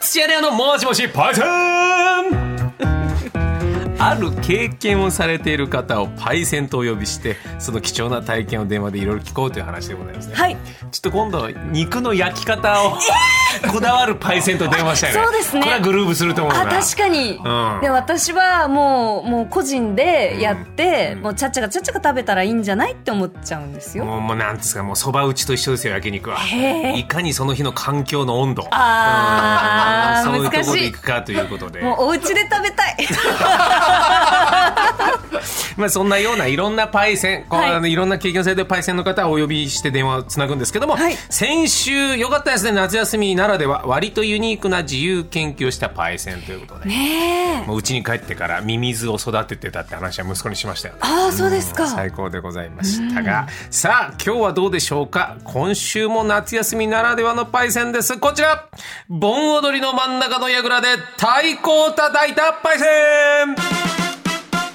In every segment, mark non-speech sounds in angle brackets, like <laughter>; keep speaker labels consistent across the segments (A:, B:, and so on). A: シアレアのもしもしパイセンある経験をされている方をパイセンとお呼びしてその貴重な体験を電話でいろいろ聞こうという話でございますね
B: はい
A: ちょっと今度は肉の焼き方
B: <laughs>
A: をこだわるパイセンと電話したいね
B: あ <laughs> そうですね
A: これはグルーブすると思うな
B: あ確かに、
A: うん
B: で私はもうもう個人でやって、もうちゃっちゃかちゃっちゃか食べたらいいんじゃないって思っちゃうんですよ、
A: もうもうなんですかもうそば打ちと一緒ですよ焼肉は
B: へえ
A: いかにその日の環境の温度
B: あー
A: うんそういうと
B: 難
A: ころで
B: しい
A: いくかということで
B: もうお家で食べたい
A: <laughs> まあそんなようないろんなパイセン、こう
B: はい
A: あのいろんな経験されてるパイセンの方をお呼びして電話をつなぐんですけども、
B: はい
A: 先週よかったですね夏休みならでは割とユニークな自由研究をしたパイセンということで、
B: ねえ
A: もう家に帰ってからミミズを育ててたって話は息子にしましたよね。
B: ああそうですか、
A: 最高でございましたが、さあ今日はどうでしょうか今週も夏休みならではのパイセンですこちら盆踊りの真ん中の櫓で太鼓を叩いたパイセン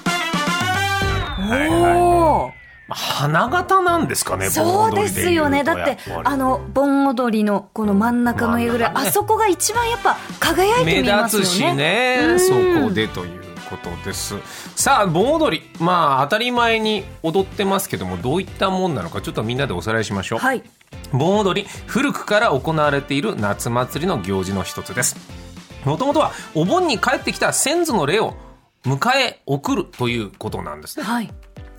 A: はいはい
B: おお
A: まあ花形なんですかね盆
B: そ
A: 踊
B: う
A: りでい
B: で
A: うと
B: すよねだって
A: やぱり
B: あの盆踊りのこの真ん中の絵ぐらい、
A: 真ん中ね
B: あそこが一番やっぱ輝い
A: 目
B: て見えます
A: 立
B: よ
A: つし
B: ね
A: ね
B: うん
A: そこでということですさあ盆踊りまあ当たり前に踊ってますけどもどういったもんなのかちょっとみんなでおさらいしましょう、
B: はい
A: 盆踊り古くから行われている夏祭りの行事の一つですもともとはお盆に帰ってきた先祖の霊を迎え送るということなんですね
B: はい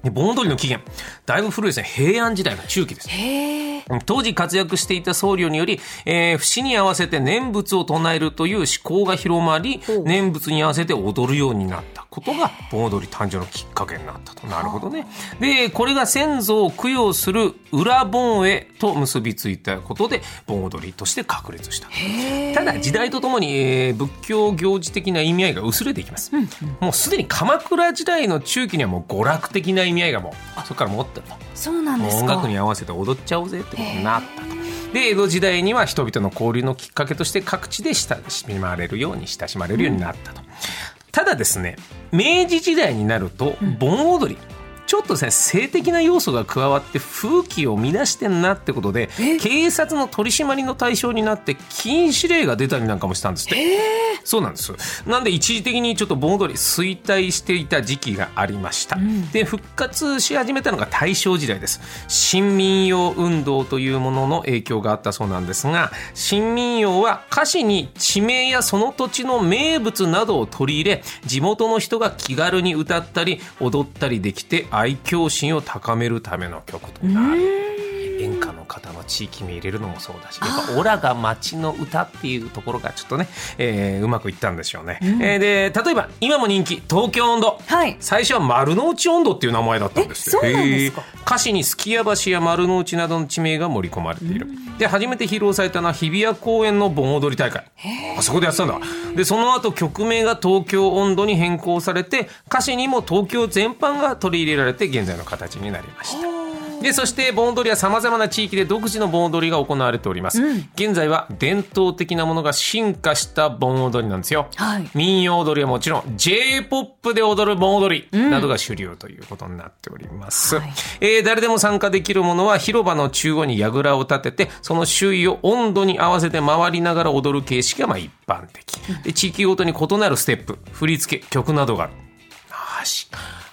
A: で盆踊りの起源だいぶ古いですね平安時代の中期です
B: へえ
A: 当時活躍していた僧侶により、えー節に合わせて念仏を唱えるという思考が広まり
B: ほう
A: 念仏に合わせて踊るようになったことが盆踊り誕生のきっかけになったとなるほどねでこれが先祖を供養する裏盆へと結びついたことで盆踊りとして確立した
B: へえ
A: ただ時代とともに、えー仏教行事的な意味合いが薄れていきます、もうすでに鎌倉時代の中期にはもう娯楽的な意味合いがもうそこから持ってると
B: そうなんですか
A: 音楽に合わせて踊っちゃおうぜってことになったと。で江戸時代には人々の交流のきっかけとして各地で親しまれるように親しまれるようになったと、ただですね明治時代になると盆踊り、ちょっとですね性的な要素が加わって風紀を乱してんなってことで
B: え
A: 警察の取り締まりの対象になって禁止令が出たりなんかもしたんですってそうなんですなんで一時的にちょっと盆踊り衰退していた時期がありました、で復活し始めたのが大正時代です新民謡運動というものの影響があったそうなんですが新民謡は歌詞に地名やその土地の名物などを取り入れ地元の人が気軽に歌ったり踊ったりできて愛嬌心を高めるための曲となる演歌の方の地域名入れるのもそうだしやっぱオラが町の歌っていうところがちょっとね、えーうまくいったんでしょうね、えーで例えば今も人気「東京音頭」
B: はい
A: 最初は丸の内音頭っていう名前だったんですよ
B: えそうなんですか
A: へー歌詞にすきや橋や丸の内などの地名が盛り込まれているで初めて披露されたのは日比谷公園の盆踊り大会あそこでやってたんだでその後曲名が東京音頭に変更されて歌詞にも東京全般が取り入れられて現在の形になりましたでそして盆踊りはさまざまな地域で独自の盆踊りが行われております、現在は伝統的なものが進化した盆踊りなんですよ、
B: はい
A: 民謡踊りはもちろん j p o p で踊る盆踊りなどが主流ということになっております、
B: はい
A: えー誰でも参加できるものは広場の中央に櫓を立ててその周囲を温度に合わせて回りながら踊る形式がまあ一般的で地域ごとに異なるステップ振り付け曲などがあるあーし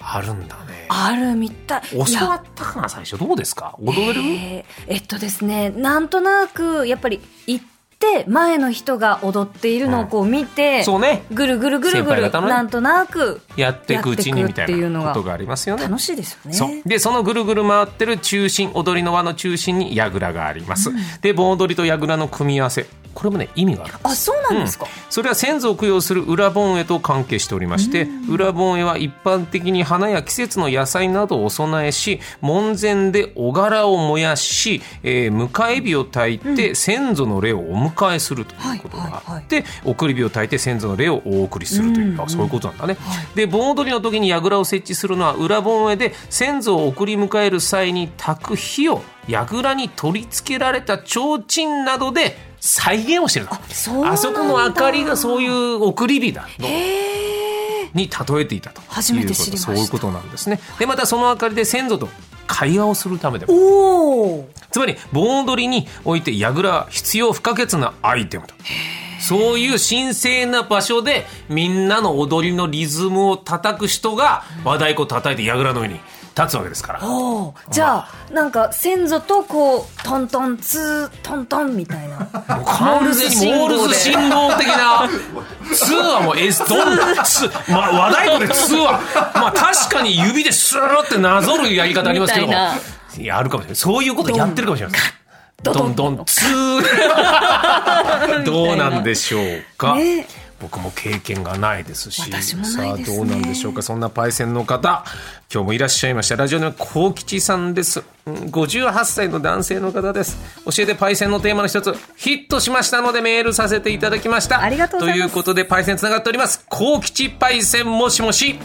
A: あるんだね
B: あるみたいい
A: 教
B: や
A: わったかな最初どうですか踊れる、
B: えーえっとですねなんとなくやっぱり行って前の人が踊っているのをこう見て、
A: そうね
B: ぐるぐるぐるぐ
A: 先輩
B: る
A: 方のね
B: なんとなく
A: やっていくうちにみた
B: やってくってい
A: いう
B: の
A: な
B: が
A: ことがありますよね
B: 楽しいですよね
A: そうでそのぐるぐる回ってる中心踊りの輪の中心に櫓があります、で盆踊りと櫓の組み合わせこれもね意味がある
B: あそうなんですか、
A: それは先祖を供養する裏盆絵と関係しておりまして、裏盆絵は一般的に花や季節の野菜などをお供えし門前でお柄を燃やし、えー迎え火を焚いて先祖の霊をお迎えするということがあって、送り火を焚いて先祖の霊をお送りするという、あそういうことなんだね。で盆踊りの時に櫓を設置するのは裏盆絵で先祖を送り迎える際に焚く火を櫓に取り付けられた提灯などで再現をしてるの。
B: そうなんだ
A: あそこの明かりがそういう送り火だの
B: へえ
A: に例えていたと
B: 初めて知りまし
A: い
B: た
A: うことそういうことなんですねでまたその明かりで先祖と会話をするためでも
B: おお
A: つまり盆踊りにおいて櫓は必要不可欠なアイテムとそういう神聖な場所でみんなの踊りのリズムを叩く人が和太鼓を叩いて櫓の上に立つわけですから。
B: おーじゃあなんか先祖とこうトントンツートントンみたいな
A: もう完全にモールス信号的な2はもうエスドンツーまあ和太鼓で2はまあ確かに指でスーってなぞるやり方ありますけども
B: みたい
A: いやあるかもしれないそういうことやってるかもしれない
B: ドン
A: どんどんツー <laughs> どうなんでしょうか、
B: ね
A: 僕も経験がないですし
B: 私も
A: さ
B: な
A: あ
B: いですね
A: どうなんでしょうかそんなパイセンの方今日もいらっしゃいましたラジオネーム幸吉さんですうん58歳の男性の方です教えてパイセンのテーマの一つヒットしましたのでメールさせていただきました
B: ありがとうございます
A: ということでパイセンつながっております幸吉パイセンもしもし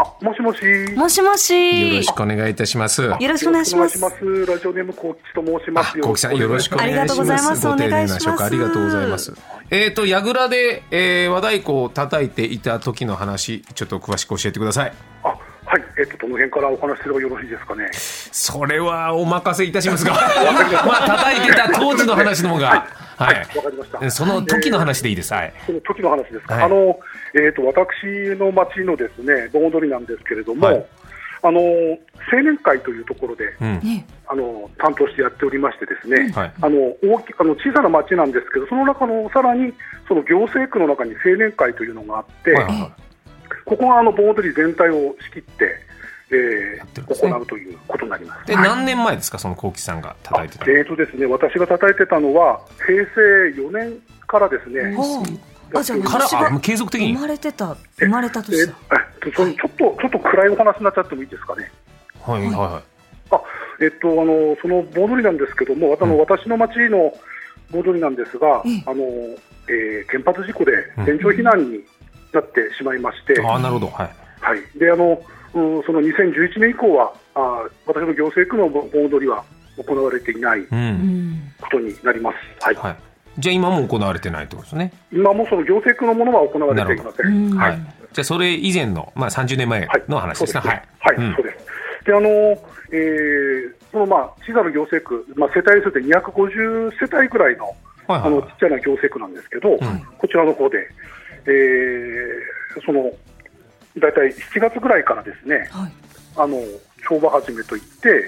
C: あ、もしもし。よ
B: もしもし
A: よろしくお願いいたします
B: よろしくお願いします
C: ラジオネームコーチと申しま
A: あ、
C: す。
A: 小木さんよろしくお願いします。
B: ありがとうございます
A: ご丁寧な
B: お願いします
A: ありがとうございます。えっ、と、矢倉で、えー、和太鼓を叩いていた時の話、ちょっと詳しく教えてください。
C: あ、はい。えっ、と、どの辺からお話しすればよろしいですかね。
A: それはお任せいたし
B: <laughs>
A: ますが、まあ、叩いてた当時の話の方が、は
C: はい
A: い、
C: わかりました
A: その時の話でいいです。はい。
C: その時の話ですか。
A: はい
C: あの、えっ、と、私の町のですね、盆踊りなんですけれども、
A: はい
C: あの、青年会というところで、
A: うん。
B: ね
C: あの、担当してやっておりましてですね、
A: はい
C: あの、大き、あの、小さな町なんですけど、その中の、さらに、その行政区の中に青年会というのがあって、
A: はいはいはい
C: ここがあの、盆踊り全体を仕切って、え
A: やってるんですね
C: ー、行うということになります。
A: で、何年前ですか、その幸吉さんが叩いてたの
C: えーとですね、私が叩いてたのは、平成4年からですね、
B: おーあじゃあ
A: か
B: 私
A: ら、あ、も
B: が
A: う継続的
B: 生
A: に。
B: まれてた生まれた
C: え
B: 年だ
C: えそのちょっとちょっと暗いお話になっちゃってもいいですかね。
A: はいはいは
C: あえっと、あのその盆踊りなんですけども、あの私の町の盆踊りなんですが、
B: ええ
C: あのえー原発事故で全町避難になってしまいまして、
A: い。あー、なるほど。はい。。
C: はい、であのうんその2011年以降はあ、私の行政区の盆踊りは行われていないう
B: うんん
C: ことになります。はい
A: はい。じゃあ、今もう行われてないってことですね。
C: 今もその行政区のものは行われていません。
B: うん
A: はい。じゃあ、それ以前の、まあ、30年前の話ですね。はい。
C: はい、
A: うん
C: そうです。で、あの、えーそのまあ、小さな行政区、まあ、世帯数で250世帯くらいの、
A: はいは
C: あ
A: い
C: の、
A: は
C: ちっ
A: い。
C: ちゃな行政区なんですけど、
A: ん
C: こちらの方で、えーその、大体7月ぐらいからですね、
B: はい
C: あの、帳場始めといって、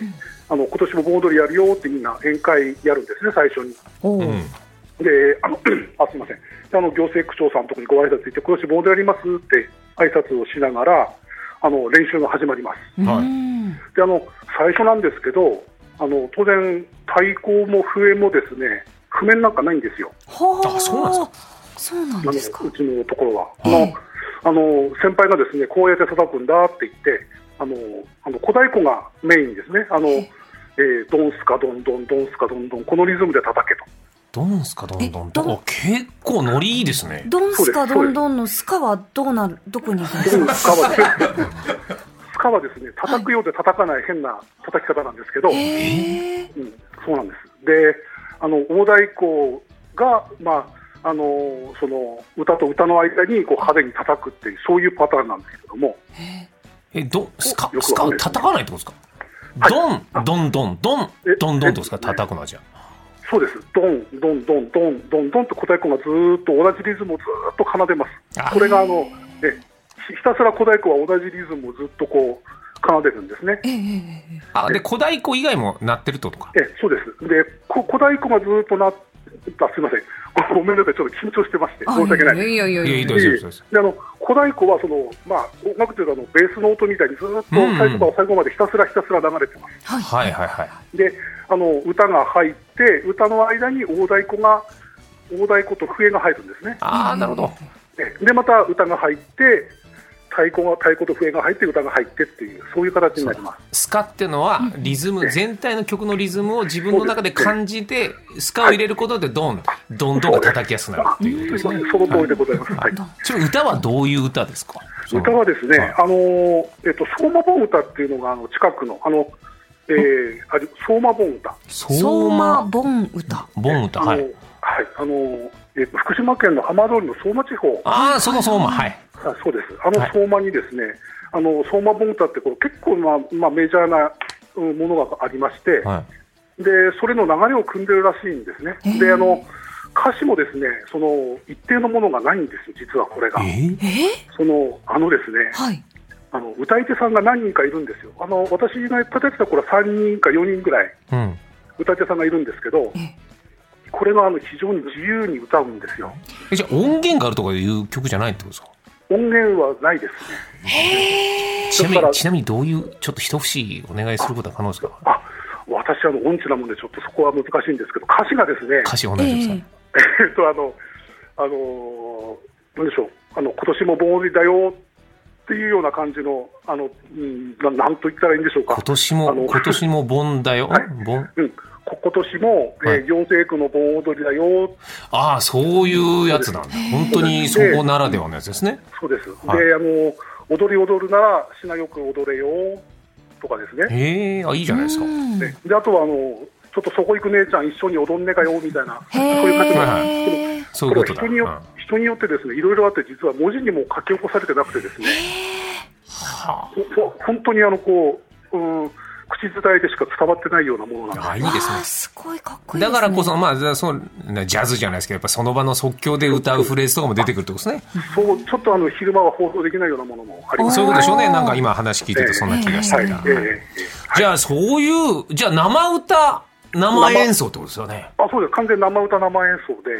C: あの、今年も盆踊りやるよってみんな宴会やるんですね、最初に。
B: お
A: う
B: ー
A: ん。
C: で、あの、 <clears throat> あすみません。であの、行政区長さんのとこにご挨拶行って、今年盆踊りやりますって挨拶をしながら、あの、練習が始まります。
A: はい
B: うん
C: であの最初なんですけどあの当然、対抗も笛もですね譜面なんかないんですよ、
B: は
A: あそうなんです
B: そうなん
C: あのう
B: で
C: ち
B: すか
C: のところは。
B: ええ
C: あのあの先輩がですねこうやって叩くんだって言ってあのあの小太鼓がメインですね、あのえー、ドンスカドンドンドンスカドンドンこのリズムで叩けと。
A: どんすかどんどんって
B: えどん
A: お結構ノリいいですね
B: ドンスカ
C: そうです
B: ドンドンのスカはどうなるどこにいたんです
C: ドン
B: か
C: スカはです
B: <laughs>
C: ねスカはですね叩くようで叩かない変な叩き方なんですけど。
B: へえ
C: うん、そうなんです。で、あの大太鼓が、まあ、あのその歌と歌の間にこう派手に叩くっていうそういうパターンなんですけども、
A: えどスカ
C: およ
A: ス
C: く
A: カ
C: わかる
A: 叩かないってことですかドンドンドンドン
C: え
A: ドンドンってことですか
C: え
A: 叩くのはじゃあ
C: そうです。ドンドンドンドンドンドンと小太鼓がずーっと同じリズムをずーっと奏でま
A: あ
C: す。これがあのえひひたすら小太鼓は同じリズムをずっとこう奏でるんですね。
B: ええええええ
A: あで小太鼓以外も鳴ってるってことか
C: えそうです。で、こ小太鼓がずーっとなあすみません。ごごめんなさい。ちょっと緊張してまして
B: あ
C: 申し訳ないです。
B: いやいやい
A: いや
B: や
A: いい
B: い
A: と
B: や
A: 思大丈夫です
C: であの小太鼓はその、まあ、音楽というかあのベースの音みたいにずっと
A: うんうん
C: 最初から最後までひたすらひたすら流れてます、
B: はい
A: はいはいはい
C: であの歌が入って歌の間に大太鼓が大太鼓と笛が入るんですね
A: ああなるほど
C: ででまた歌が入って太鼓が太鼓と笛が入って歌が入ってっていうそういう形になります
A: スカっていうのはリズム全体の曲のリズムを自分の中で感じてスカを入れることでドンドンドンが叩きやすくなるっていうこと
C: そ
A: ですね
C: その通りでございます、はい
A: ちょ歌はどういう歌ですか
C: 歌はですね、
A: はい
C: あのえっと、相馬盆歌っていうのがあの近くのあの、えー、あれ相馬盆歌
A: 相
B: 相馬
A: 馬
B: 盆歌
A: 盆歌
C: あの、
A: は
C: はいい、あの、えっと福島県の浜通りの相馬地方、あ
A: ああその相馬はい
C: そうです。あの
A: はい
C: 相馬にですね、あの相馬盆歌ってこう結構まあまあメジャーなうんものがありまして、
A: はい
C: でそれの流れを組んでるらしいんですね。であの。歌詞もですねその一定のものがないんですよ、実はこれが。
A: え
B: え
C: そのあのですね
B: はい。
C: あの歌い手さんが何人かいるんですよ、あの私が叩いてた頃は3人か4人ぐらい
A: うん。
C: 歌い手さんがいるんですけど
B: え、
C: これがあの非常に自由に歌うんですよ、
A: え、じゃあ音源があるとかいう曲じゃないってことですか
C: 音源はないですね。
A: ちなみ
C: だ
A: に、
C: から
A: ちなみにどういう、ちょっと一節お願いすることは可能ですか
C: あ私、あの音痴なもんで、ちょっとそこは難しいんですけど、歌詞がですね、
A: 歌詞お願いし
B: え
A: ま
B: え
A: す。
C: えっと、あの、あのー、なんでしょう、あの、今年も盆踊りだよっていうような感じの、あの、うん、ななんと言ったらいいんでしょうか。
A: 今年
C: あの
A: も、今年も盆だよ。
C: はい
A: 盆。
C: うん、こ今年も、え
A: は
C: ー、
A: い
C: 行政区の盆踊りだよ、
A: ああ、そういうやつなんだ。本当にそこならではのやつですね。
C: そうです。
A: はい
C: で、あの、踊り踊るなら、しなよく踊れよ、とかですね。
A: ええあ、いいじゃないですか。
B: うん
C: ねで、あとは、あの、ちょっとそこ行く姉ちゃん一緒に踊んねかよ、みたいな、そういう感じ
A: は
C: の
A: いは
B: へえ。
A: そういうことだ。
C: これは人によ、
A: うん
C: 人によってですね、いろいろあって、実は文字にも書き起こされてなくてですね、
A: は
C: ほほ本当にあのこう、うん、口伝えでしか伝わってないようなものなん
A: あ、あいい
B: わ
A: ですね
B: あ。すごいかっこいいで
A: だ
B: すね。
A: からこそ、まあ、じゃあそのジャズじゃないですけど、やっぱその場の即興で歌うフレーズとかも出てくるってことですね。
C: で、そうちょっとあの昼間は放送できないようなものもあります
A: そういうことでしょうね。
B: おー
A: なんか今話聞いててそんな気がして
B: う
A: た。
B: ん
C: はい、えええ
A: じ
C: え
A: ゃあ、そういう、じゃあ生歌、生演奏ってことですよね。
C: あそうです、完全に生歌、生演奏で、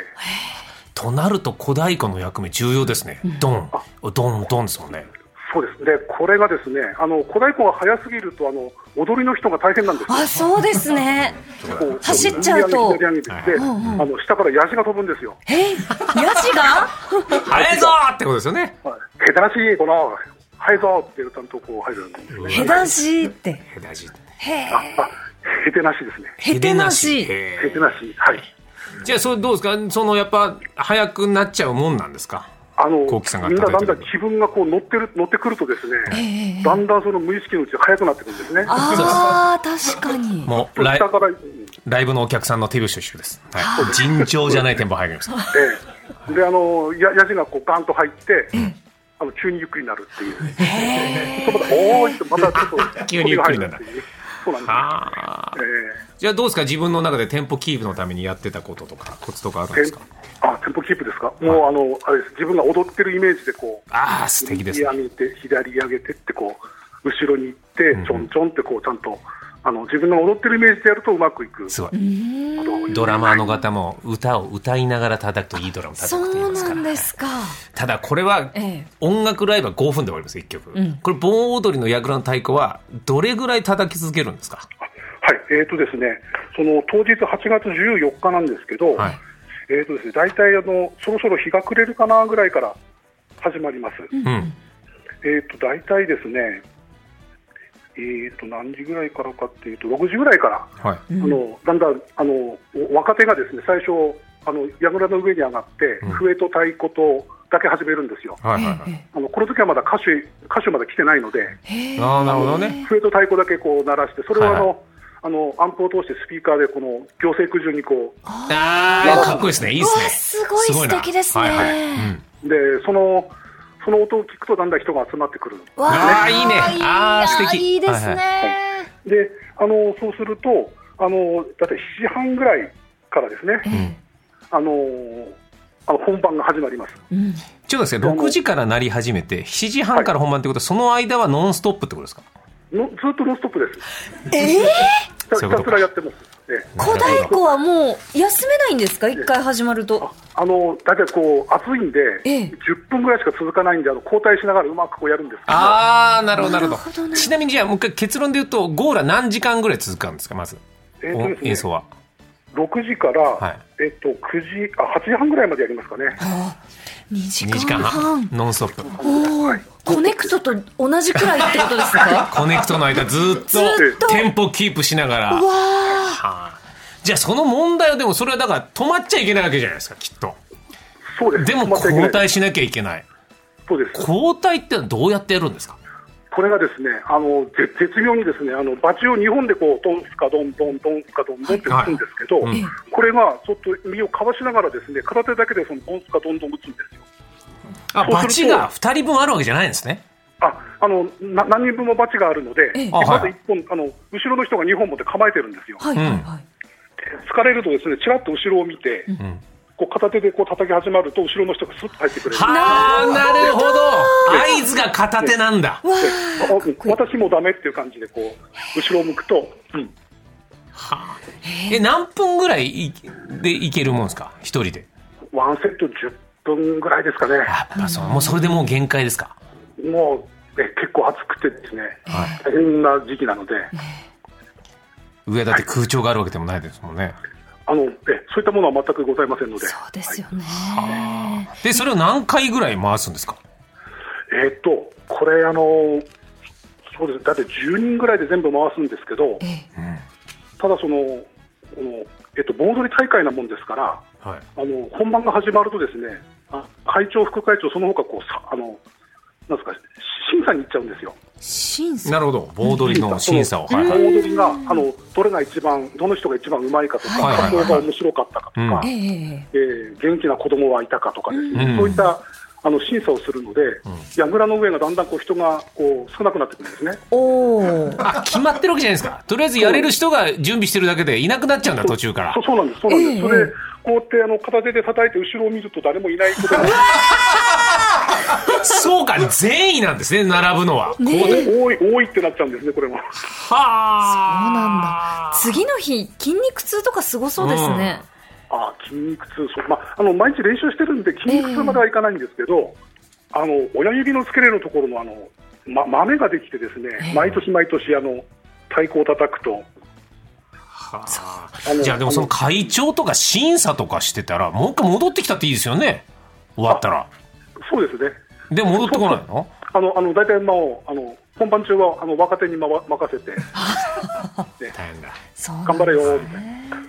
A: となると、小太鼓の役目重要ですね。ドン、ドン、ドンですもんね。
C: そうです、でこれがですね、あの小太鼓が早すぎるとあの、踊りの人が大変なんですよ
B: あ、そうです <laughs> ね。
C: こう
B: 走っちゃうと
C: 左上げ左上げで、あの下からヤシが飛ぶんですよ、
B: え、ヤジが？
A: 早いぞーってことですよね。
C: はい、手出し、この、はいぞっていう担当、こう入るんです
B: へ
C: ね、
B: だしって。
A: へだし。
B: へえ。
C: あへてなしですね、
B: へてなし。
A: へ
C: へて
A: ー
C: なし、はい。
A: じゃあ、それどうですかその、やっぱ、早くなっちゃうもんなんですか
C: あの
A: コウキさんが
C: みんなだ
A: 叩
C: ん
A: いて
C: だ
A: る
C: ん気分がこう乗ってる乗ってくるとですね、だんだんその無意識のうち速くなってくるんですね。
B: ああ、確
A: <laughs>
B: かに。
A: もう、
C: 下
A: 来、
C: から、うん
A: ライブのお客さんの手拍子と一緒です。はい。尋常じゃないテンポ入ります。
B: <laughs>
C: ええであのややじがこうガンと入って、あの急にゆっくりになるっていう。そこでおーいってまたちょっと
A: <laughs> 急にゆっくりになる
C: 飛びが入るっていうそうなんです。
A: ああ。
C: え
A: じゃあどうですか自分の中でテンポキープのためにやってたこととかコツとかあるん
C: え
A: ですか
C: あテンポキープですか。もうあのあれです自分が踊ってるイメージでこう
A: ああ素敵ですね
C: 右上げて左上げてってこう後ろに行ってちょんちょんってこうちゃんとあの自分が踊ってるイメージでやるとうまくいく。
A: すごいドラマーの方も歌を歌いながら叩くといいドラム叩
B: そ
A: くと言いうます
B: な
A: か
B: ん
A: ら
B: ですか。
A: ただこれは
B: ええ
A: 音楽ライブは5分で終わります1曲、これ盆踊りの櫓の太鼓はどれぐらい叩き続けるんですか
C: はい、えーとですね、その当日8月14日なんですけど、
A: はい
C: えーとですね、大体あのそろそろ日が暮れるかなぐらいから始まります。
A: うん
C: えーと大体ですね、えーと何時ぐらいからかっていうと6時ぐらいから、
A: はい
C: あのだんだんあのお若手がですね最初あの櫓の上に上がって、笛と太鼓とだけ始めるんですよ。
A: はいはいはい
C: あのこの時はまだ歌手歌手まで来てないので、
B: へえ。
A: ああなるほどね
C: 笛と太鼓だけこう鳴らして、それをあの、
A: は
C: あのアンプを通してスピーカーでこの行政苦情にこう、
A: ああかっこいいですねいいで
B: う
A: す
B: わ
A: ね
B: すごい素
A: な
B: 敵ですね
A: はいはいうん
C: でそのその音を聞くとだんだん人が集まってくる。
A: あーいいねあー素敵
B: いいですね。
C: で、あのそうするとあのだって7時半ぐらいからですね、
B: え
C: あのあの本番が始まります。
B: えうん
A: ちょっとですね6時から鳴り始めて7時半から本番ってことはその間はノンストップってことですか
C: のずっとノンストップです。
B: ええ。
C: ひた
A: そ
C: ひ
A: ういうことか
C: たすらやってます。ええ
B: 小太鼓はもう休めないんですか？一回始まると。
C: あのだけこう暑いんで、
B: ええ
C: 10分ぐらいしか続かないんであの交代しながらうまくこうやるんですけど
A: ああ、なるほど、なるほ
B: なるほ
A: ど。
B: どね
A: ちなみにじゃあ、もう一回結論で言うと、ゴーラ何時間ぐらい続くんですか、まず。
C: えーとですね
A: 演奏は。
C: 6時から、
A: は
C: えっと、9時あ8時半ぐらいまでやりますかね、
B: 二時
A: 2時間
B: 間
A: 半
B: 半。。
A: ノンストップ。
B: おお。コネクトと同じくらいってことで
A: <laughs>
B: すか？
A: コネクトの間ずっ
B: ずっ
A: と
B: と
A: テンポキープしながら。
B: う
A: は
B: わ
A: あじゃあその問題はでもそれはだから止まっちゃいけないわけじゃないですか、きっと。
C: そうです
A: でも
C: 止まっちゃいけな
A: 交
C: い
A: 代しなきゃいけない。
C: そうです
A: 交代ってのはどうやってやるんですか
C: これがですねあのぜ絶妙にですねあのバチを日本でこうドンスカドンドンドンスカドンドンって打つんですけど、
A: はいうん
C: これがちょっと身をかわしながらですね片手だけでそのドンスカドンドン打つんですよ
A: あ、
C: そうすると
A: バチが2人分あるわけじゃないんですね。
C: ああのな何人分もバチがあるので、
B: ええ
C: で
A: あ
C: ま
A: はい
C: ず1本あの後ろの人が2本持って構えてるんですよ
B: ー。はいはいはい。
C: 疲れるとですねちらっと後ろを見て、こう片手でこう叩き始まると後ろの人がスッと入ってくれる
A: はあなるほど
C: ね
A: 合図が片手なんだ
B: わ
C: であ
B: あ、かっこいい。
C: 私もダメっていう感じでこう後ろを向くと、うん、
A: はあえ何分ぐらいいでいけるもんですか一人で
C: ワンセット10分ぐらいですかね
A: やっぱそうもうそれでもう限界ですか
C: もうえ結構暑くてですね
A: はい
C: 大変な時期なので
A: 上だって空調があるわけでもないですもんね
C: あのえそういったものは全くございませんので
B: そうですよね。
A: でそれを何回ぐらい回すんですか
C: えーっとこれあのそうですだって10人ぐらいで全部回すんですけど
B: ええ
C: ただそのこの、えっと、盆踊り大会なもんですから
A: はい
C: あの本番が始まるとですねあ会長副会長その他こうさあのなんですか審査に行っちゃうんですよ
B: 審査。
A: なるほど盆踊りの審査を
C: そ
A: は
C: の
A: いはい
C: 盆踊りがあのどれが一番どの人が一番うまいかとか
A: はいはいはい
C: 活動が面白かったかとか、
A: うん
B: ええ
C: えー元気な子供はいたかとかですね、
A: うん
C: そういったあの審査をするので、櫓の上がだんだんこう人がこう少なくなってくるんですね。
B: おお。
A: あ決まってるわけじゃないですかとりあえずやれる人が準備してるだけでいなくなっちゃうんだ途中から
C: そうそうなんです、そうなんです。
B: ええ
C: それでこうやってあの片手で叩いて後ろを見ると誰もいないことが
A: そうか善意なんですね並ぶのは
B: ねえ。
C: 多い多いってなっちゃうんですね、これも。 <laughs>
A: はあ
B: そうなんだ。次の日、筋肉痛とかすごそうですね。
C: あー筋肉痛、そうまあ、あの毎日練習してるんで、筋肉痛まではいかないんですけど、あの親指の付け根のところのあの、ま、豆ができて、ですね毎年毎年あの、太鼓を叩くと、
A: は
C: あの
A: あじゃあでもその会長とか審査とかしてたらもう一回戻ってきたっていいですよね終わったら
C: そうですね、
A: で戻ってこないの
C: あのあの大体、まあ、あの本番中はあの若手に、まわ、任せて、
A: 大変だ
B: そうなんだ
C: 頑張れよみたい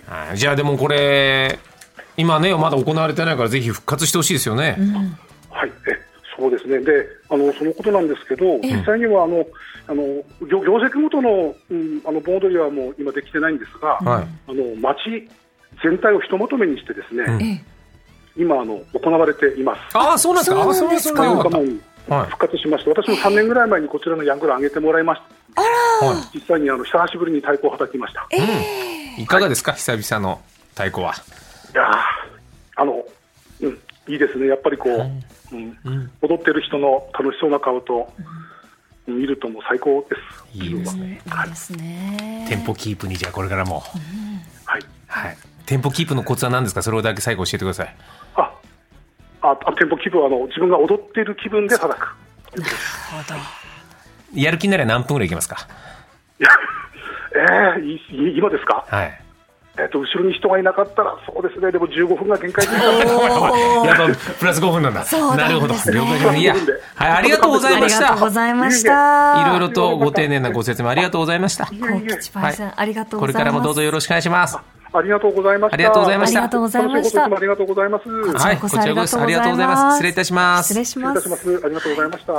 C: な。
A: はいじゃあでもこれ今ねまだ行われてないからぜひ復活してほしいですよね、
C: はい、えそうですね、であのそのことなんですけど、実際にはあのあの行行政ごとの,、うん、あの盆踊りはもう今できてないんですが、
A: はい
C: あの町全体をひとまとめにして、ですね、
A: うん
B: え
C: 今あの、行われています。
A: ああそうなんですかあ
B: そうなんですか
A: あそれはそれでよか
C: も
A: っ
C: う
A: たはい
C: 復活しました、私も3年ぐらい前にこちらのヤングラン上げてもらいました、
A: は
C: 実際にあの久しぶりに太鼓を叩きました。い
A: いいかがですか久々の太鼓は
C: やーあの、うん、いいですね、やっぱりこう、うん踊ってる人の楽しそうな顔と、見るともう最高です。
A: いいですね
B: えいいですね。
A: テンポキープにじゃあこれからも、
C: はい
A: はい、テンポキープのコツは何ですかそれだけ最後教えてください
C: あ、あ、あテンポ気分はあの自分が踊っている気分で叩く。
A: やる気になれば何分ぐらいいけますか
C: いや、えー、いい今ですか。
A: はい
C: えっ、と後ろに人がいなかったらそうですね。でも15分が限界です。
A: やっぱプラス5分なんだ
B: そう
A: な
B: な
A: るほ
B: ん
A: ど
B: ですね
A: 了解しましたいや、はい、ありがとうござ
B: あ
A: いま
B: り
A: し
B: がとうご
A: た
B: ざいました。
A: いろいろとご丁寧なご説明ありがとうございました
C: いえい
B: 幸吉パイさん、ありがと
A: こ
B: うご
A: れ
B: ざい
A: か
B: ます。
A: らもどうぞよろしくお願いします
C: えありがとうございました。
A: ありがとうございま
B: あ
A: し
B: り
A: た
B: がとうございま
C: 楽
B: し
C: しいこ
B: た
C: といつもあ。りがとうございます。失
A: はい
B: こちらこそ
A: ありがとうございます失礼いたします
B: 失礼し
C: 礼い
B: ま。
C: たしますす。ありがとうございました。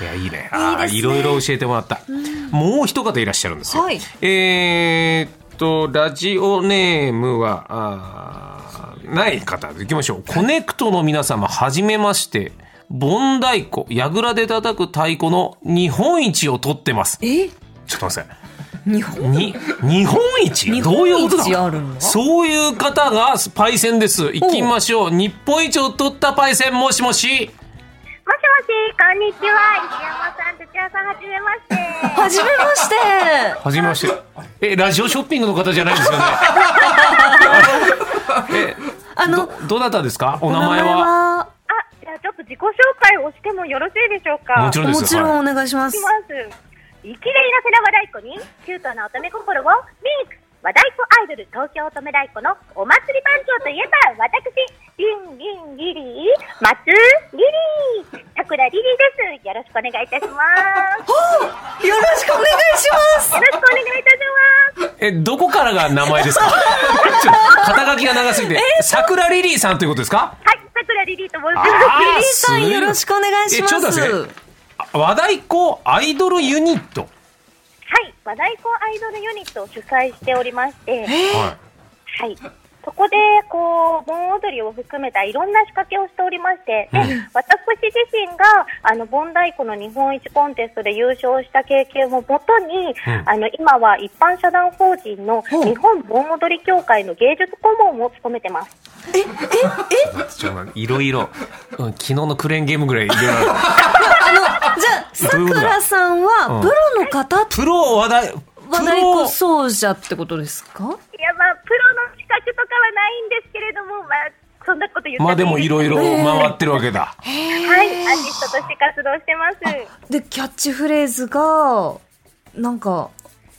A: いやいいね
B: いい
A: あ
B: で
A: あ
B: すね
A: いろいろ教えてもらった、もう一方いらっしゃるんですよ、
B: はい
A: えーっとラジオネームはあーない方いきましょうコネクトの皆様はじめまして盆太鼓櫓で叩く太鼓の日本一を取ってます
B: え、
A: ちょっと待ってください
B: 日本
A: に日本一どういうこと
B: 日本一
A: だ
B: あるの
A: そういう方がパイセンです行きましょう日本一を取ったパイセンもしもし
D: もしもし、こんにちは。石山さん、土屋さん、はじめまして。
B: はじめまして。
A: はじめまして。え、ラジオショッピングの方じゃないです
B: <laughs>
A: よね。
B: あの、
A: ど、どなたですかお名前
B: お
A: は。
B: は
D: あ、じゃあちょっと自己紹介をしてもよろしいでしょうか。
A: もちろんで
B: も
A: す。
B: ちろんお願いしま
D: いき
B: す。
D: ます。生きれいなせな和太鼓に、キュートな乙女心をリンク。和太鼓アイドル東京乙女太鼓のお祭り番長といえば、私、リンリンリリー、松リリー、桜リリーです。よろしくお願いいたします。
B: よろしくお願いします。
D: よろしくお願いいたします。
A: え、どこからが名前です
B: <laughs>
A: かちょっと肩書きが長すぎて。桜リリーさんということですか
D: はい、桜リリーと申します。
A: あ
B: リリーさ
A: す
B: ん
A: ごい
B: よろしくお願いしま
A: えちょっと
B: す。
A: 待ってあ和太鼓アイドルユニット。
D: はい、和太鼓アイドルユニットを主催しておりまして、
A: は
D: はい。そこで、こう、盆踊りを含めたいろんな仕掛けをしておりまして、で、私自身が、あの、盆太鼓の日本一コンテストで優勝した経験をもとに、
A: うん
D: あの、今は一般社団法人の日本盆踊り協会の芸術顧問を務めてます。
A: い。ちょっといろいろ、うん昨日のクレーンゲームぐらいいろいろある
B: あの、じゃあ、さ
A: どういう
B: く
A: ことだ
B: らさんは、プロの方って
A: <laughs> プロ話題、プ
B: 和太鼓奏者ってことですか
D: いや、まあ、プロの資格とかはないんですけれども、まあ、そんなこと言って
A: ロまあでもいろいろ回ってるわけだ。
D: はい、アーティストとして活動してます。
B: で、キャッチフレーズが、なんか、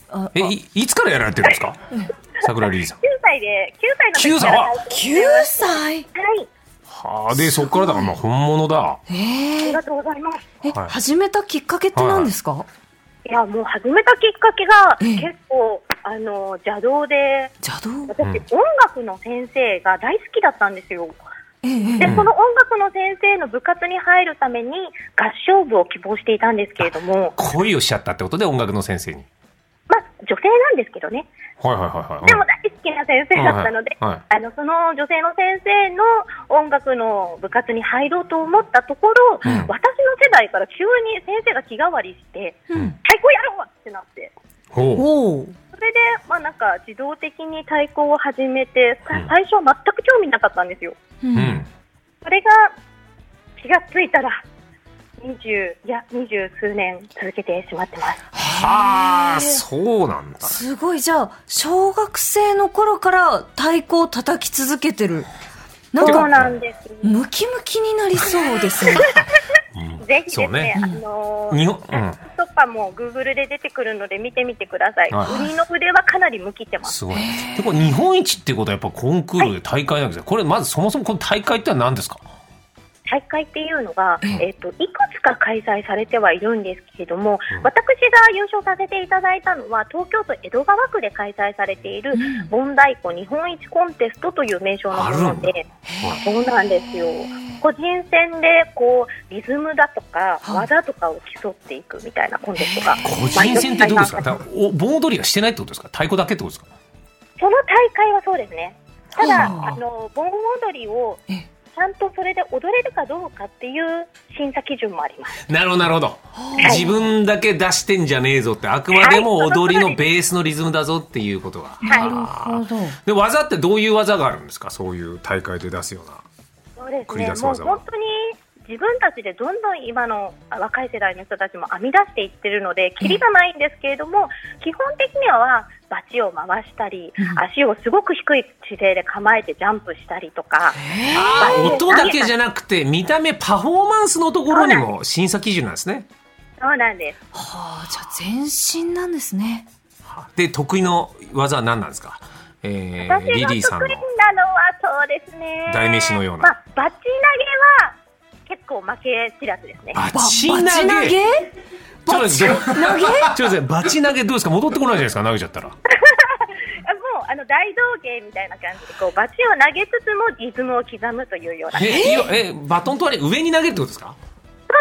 B: あ
A: え、いいつからやられてるんですか桜リーさん。
D: 9歳で、9歳
A: 9
D: の時か
A: 歳
D: ら
A: あ
B: 9歳
D: はい、
A: はあ、で、そっからだからまあ本物だ。
D: あ
B: え
D: り
B: ー
D: がとうございます。
B: え、
A: はい
B: 始めたきっかけって何ですか、
D: いや、もう始めたきっかけが、
B: ええ
D: 結構、あの、邪道で、
B: 邪道
D: 私、
A: うん
D: 音楽の先生が大好きだったんですよ。
B: えええ
D: で、
B: え
D: その音楽の先生の部活に入るために、合唱部を希望していたんですけれども、
A: 恋をしちゃったってことで音楽の先生に。
D: まあ、女性なんですけどね。
A: はいはいはいはい。
D: でも大好きな先生だったので、
A: はいはい
D: あのその女性の先生の音楽の部活に入ろうと思ったところ、
A: うん
D: 私の世代から急に先生が気変わりして、
B: うん
D: 太鼓やろうってなって、
A: ほう
B: おお
D: それで、まあ、なんか自動的に太鼓を始めて、さ
A: うん
D: 最初は全く興味なかったんですよ。
B: う
A: うんん。
D: それが気がついたら、20いや20数年続けてしまっ
A: <laughs>
D: てます。
A: はあ、そうなんだ。
B: すごいじゃあ小学生の頃から太鼓を叩き続けてるなん
D: そ
B: か
D: うなんです。
B: ムキムキになりそうですね
A: うん
D: ぜひです
A: そう
D: ね、
A: ね。
D: あのー
A: 日本、うん。
D: とかも Google で出てくるので見てみてください。
A: はい
D: 鬼の腕はかなり向きてます。
A: すごい。で、これ日本一っていうことはやっぱコンクールで大会なんですよ。これまずそもそもこの大会ってのは何ですか
D: 大会っていうのが、
A: ん
D: えっ、と、いくつか開催されてはいるんですけれども、
A: うん
D: 私が優勝させていただいたのは、東京都江戸川区で開催されている、盆太鼓日本一コンテストという名称のもの
A: あ
D: で、そうなんですよ。個人戦で、こう、リズムだとか、
B: はい
D: 技とかを競っていくみたいなコンテストが。
A: 個人戦ってどうですか
D: 毎年開催され
A: だからお盆踊りはしてないってことですか太鼓だけってことですか
D: その大会はそうですね。ただ、
B: はあ
D: あの盆踊りを
B: ええ
D: ちゃんとそれで踊れるかどうかっていう審査基準もあります。
A: なるほど、なるほど。
D: い
A: 自分だけ出してんじゃねえぞって、あくまでも踊りのベースのリズムだぞっていうことが。
D: はい
A: あー
B: ど
A: で、技ってどういう技があるんですかそういう大会で出すような。
D: そうです
A: 繰り
D: ね
A: 出。す
D: もう
A: 技は
D: 本当に自分たちでどんどん今の若い世代の人たちも編み出していってるので、キリがないんですけれども、基本的にはバチを回したり、足をすごく低い姿勢で構えてジャンプしたりとか、
A: あー
D: バ
A: 音
D: チを投
A: だ
D: げた
A: けじゃなくて、見た目、パフォーマンスのところにも審査基準なんですね。
D: そうなんです。
B: はあじゃあ全身なんですね
A: で、得意の技は何なんですかえー、リリー
D: 私
A: さ
D: が
A: んの
D: 得意。なのはそうですね。
A: 代名詞のような
D: まあ、バチ投げは結構負け知らずですね。
A: バ
B: ば
A: チ投げ
B: バチ投げ
A: ちょっと待ってどうちょっと待ってバチ投げどうですか戻ってこないじゃないですか投げちゃったら。
D: あもうあの大道芸みたいな感じでこうバチを投げつつもリズムを刻むというような。そ
A: え、いいよえ、バトンとあれ上に投げるってことですか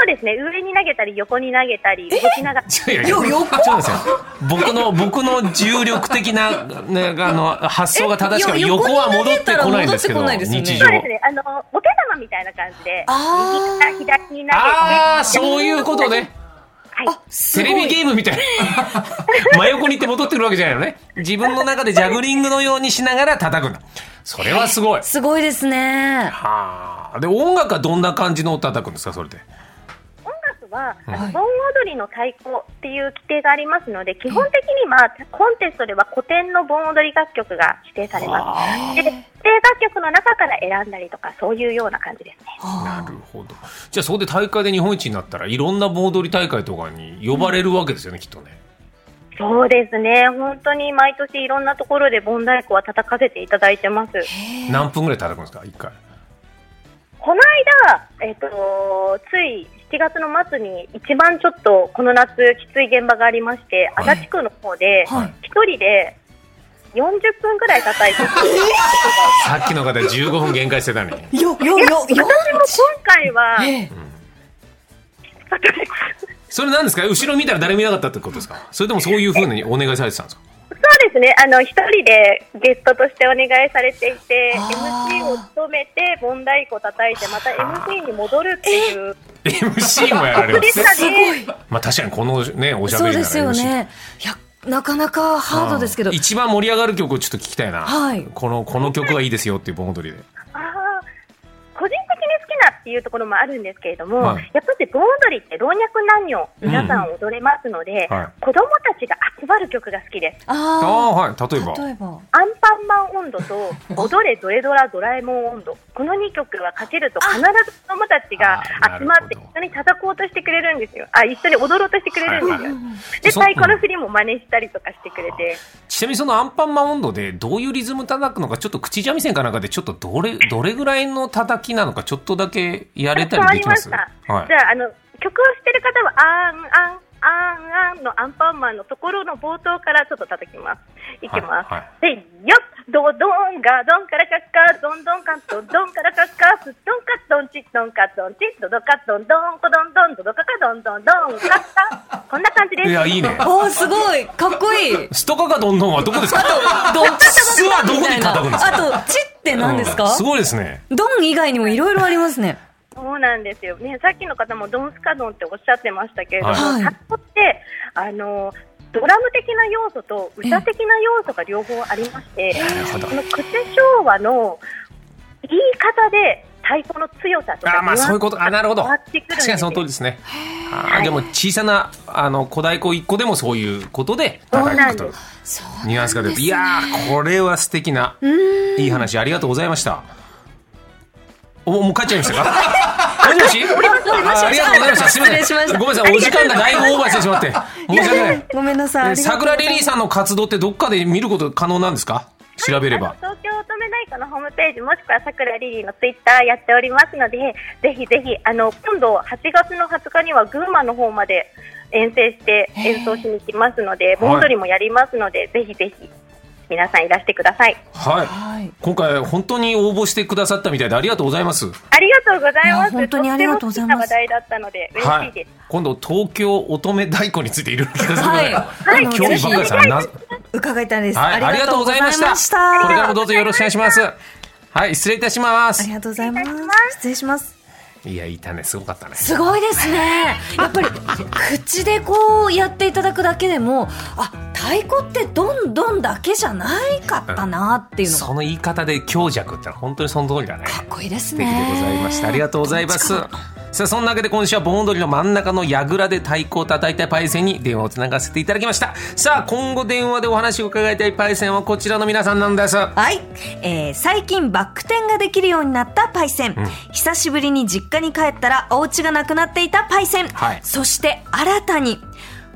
D: うですね。上に投げたり横に投げたり動きながら。
A: いやいや、ちょっと待ってください僕の、僕の重力的な、ね、
B: <laughs>
A: あの、発想が正しくは
B: えいや
A: 横は戻ってこないんですけど、
B: 戻ってこないですよね
A: 日
D: そ
A: 常
D: う。ですね。あのお手玉みたいな感じで
B: あー
D: 右から左に投げて。
A: ああ、そういうことね。
D: はい。
B: あす
A: テ
B: ご
A: レビ
B: い
A: ゲームみたい
B: <laughs>
A: な。真横に行って戻ってくるわけじゃないのね。自分の中でジャグリングのようにしながら叩くんだ。それはすごい。
B: すごいですね
A: はあ。で、音楽はどんな感じのを叩くんですか、それで。
D: 音楽は、あ
B: はい
D: の盆踊りの太鼓っていう規定がありますので、基本的に、まあ、コンテストでは古典の盆踊り楽曲が指定されます。で、指定楽曲の中から選んだりとか、そういうような感じですね。
A: なるほど。じゃあ、そこで大会で日本一になったら、いろんな盆踊り大会とかに呼ばれるわけですよね、きっとね。
D: そうですね、本当に毎年いろんなところで盆太鼓は叩かせていただいてます。
A: 何分ぐらい叩くんですか、一回。
D: この間、えっ、と、つい7月の末に一番ちょっとこの夏きつい現場がありまして、
A: はい
D: 足立区の方で
B: はい
D: 一人で40分ぐらい叩い
B: <laughs>
D: て、
A: さっきの方15分限界してたのに。
B: よよよよ
D: 私も今回は、
B: ええ
A: それなんですか後ろ見たら誰もいなかったってことですかそれともそういうふうにお願いされてたん
B: <laughs>
A: ですか
D: そうですね、あの一人でゲストとしてお願いされていて、
B: あー
D: MC を務めて、盆太鼓を叩いて、また MC に戻るっていう、
A: ?MC もやられ
D: そ
A: ま
D: うですしたね。
A: まあ確かにこのね、おしゃ
B: そ
A: べ
B: う
A: り
B: で
A: なら
B: すよ
A: MC
B: ねいやなかなかハードですけど
A: うん一番盛り上がる曲をちょっと聞きたいな。
B: はい
A: <laughs> この、この曲がいいですよっていう盆踊りで。
D: あっていうところもあるんですけれども、
A: はい
D: やっぱり盆踊りって老若男女皆さん踊れますので、
A: うんはい
D: 子供たちが集まる曲が好きです。
A: あ
B: あ
A: あはい例えば
B: あ。例えば。
D: アンパンマン温度
A: <laughs>
D: と、踊れドレドラドラえもん温度。この2曲はかけると必ず子供たちが
A: あ
D: 集まって
A: なるほど
D: 一緒に叩こうとしてくれるんですよ。あ、一緒に踊ろうとしてくれるんです
A: はい
D: よ
A: は。
D: で、
A: そ
D: 太鼓の振りも真似したりとかしてくれて。
A: ちなみにそのアンパンマン温度でどういうリズム叩くのかちょっと口三味線かなんかでちょっとど <laughs> れどれぐらいの叩きなのかちょっとだけやれた
D: わか
A: りで
D: り
A: きま
D: まし
A: す
D: た。
A: はい
D: じゃあ、あの、曲をしてる方は、あんあん、あんあんのアンパンマンのところの冒頭からちょっと叩きます。いきます。
A: はいは
D: で、よっドドンガドンからカッカ、ドンドンカンドドンからカッカ、スドンカドンチドンカドンチドドカドンドンコドンドンドドカカドンドンドンカッカ。こんな感じです。
A: い <laughs> やいいね
B: おおすごいかっこいい。
A: ストカかどんどんは <laughs> どこですか
B: ドン
A: スはどこ
B: みた
A: に
B: いな
A: 叩くんですか
B: あとチって何ですか
A: うん？すごいですね
B: ドン以外にもいろいろありますね。
D: そうなんですよ、ね、さっきの方もドンスカドンっておっしゃってましたけれども、
B: はい
D: タッコってあのドラム的な要素と歌的な要素が両方ありまして、
A: ほど
D: この口昭和の言い方で太鼓の強さと
A: あ
D: か
A: ーまあそういうことあなるほど
D: 変わってくるんで
A: 確
D: す
A: か
D: よ
A: にその通りですねあーでも小さなあの小太鼓一個でもそういうことで叩く
D: そうなん
A: と
D: で
B: そう
A: ニュアンスが出ていやーこれは素敵な
B: うん。
A: いい話ありがとうございました。おもう帰っちゃいましたか。もしもし。あありがとうございました。すみません。
B: 失礼しました
A: ごめんなさい。お時間がだいぶオーバーしてしまって。申し訳ない
B: <laughs> ごめんなさい。あ
A: え。
B: りがとうござ
A: 桜
B: います
A: リリーさんの活動ってどっかで見ること可能なんですか。調べれば。
D: あの東京乙女大工のホームページもしくはさくらリリーのツイッターやっておりますのでぜひぜひあの今度8月の20日には群馬の方まで遠征して演奏しに行きますので盆踊りもやりますので、ぜひぜひ皆さんいらしてください
A: はい。
B: はい。
A: 今回本当に応募してくださったみたいでありがとうございます。
D: ありがとうございます
B: いや本当にありがとうございます
D: とっても好きな話題だったので嬉
A: は
D: しいです、。
A: 今度東京乙女太鼓についていろいろ聞かせてください。
B: はい
A: 興味ばっかりさん。な
B: 伺いたいです。
A: はい、ありがとうございました。
B: ありがとうございました
A: これからもどうぞよろしくお願いします。はい、失礼いたします
B: あり。がとうございます
D: 失礼いたしま。
B: 失礼します。
A: いや、いたね、すごかったね。
B: すごいですね。やっぱり口でこうやっていただくだけでも、あ、太鼓ってどんどんだけじゃないかったなっていうのが
A: その言い方で強弱ってのは本当にその通りだね。
B: かっこいいです
A: 素敵
B: ね。
A: でございました。ありがとうございます。さあ、そんなわけで今週は盆踊りの真ん中の櫓で太鼓を叩いたパイセンに電話をつながせていただきました。さあ、今後電話でお話を伺いたいパイセンはこちらの皆さんなんです。
B: はい、えー最近バック転ができるようになったパイセン、久しぶりに実家に帰ったらお家がなくなっていたパイセン、
A: はい
B: そして新たに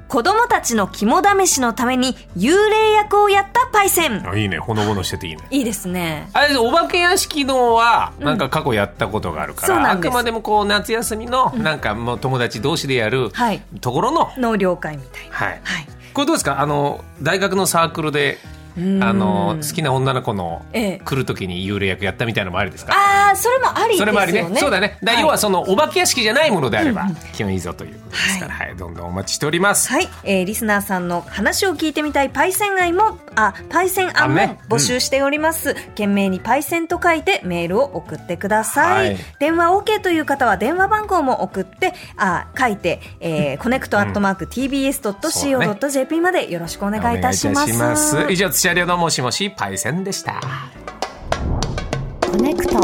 B: 子供たちの肝試しのために幽霊役をやったパイセン
A: いいね、ほのぼのしてていいね。
B: いいですね
A: あれお化け屋敷のはなんか過去やったことがあるから、
B: そうな
A: あ
B: んです
A: くまでもこう夏休みのなんかもう友達同士でやる
B: はい
A: ところの、
B: 納涼会みたいな
A: はい、
B: はい
A: これどうですかあの大学のサークルで
B: ん
A: あの好きな女の子の
B: ええ
A: 来る時に幽霊役やったみたいのもありですか
B: ああそれもありです
A: そ
B: よね
A: れもありねそうだねだから要は
B: はい
A: そのお化け屋敷じゃないものであれば気分いいぞということですから、はいどんどんお待ちしております、
B: はい、えーリスナーさんの話を聞いてみたいパイセン愛も、あ、パイセン案も
A: あね
B: 募集しております。懸命にパイセンと書いてメールを送ってください。
A: はい
B: 電話 OK という方は電話番号も送って、あ、書いて、えー、コネクトアットマーク tbs.co.jp までよろしくお願いいたします。
A: お願いいたします以上土屋亮のもしもしパイセンでした
E: コネクト。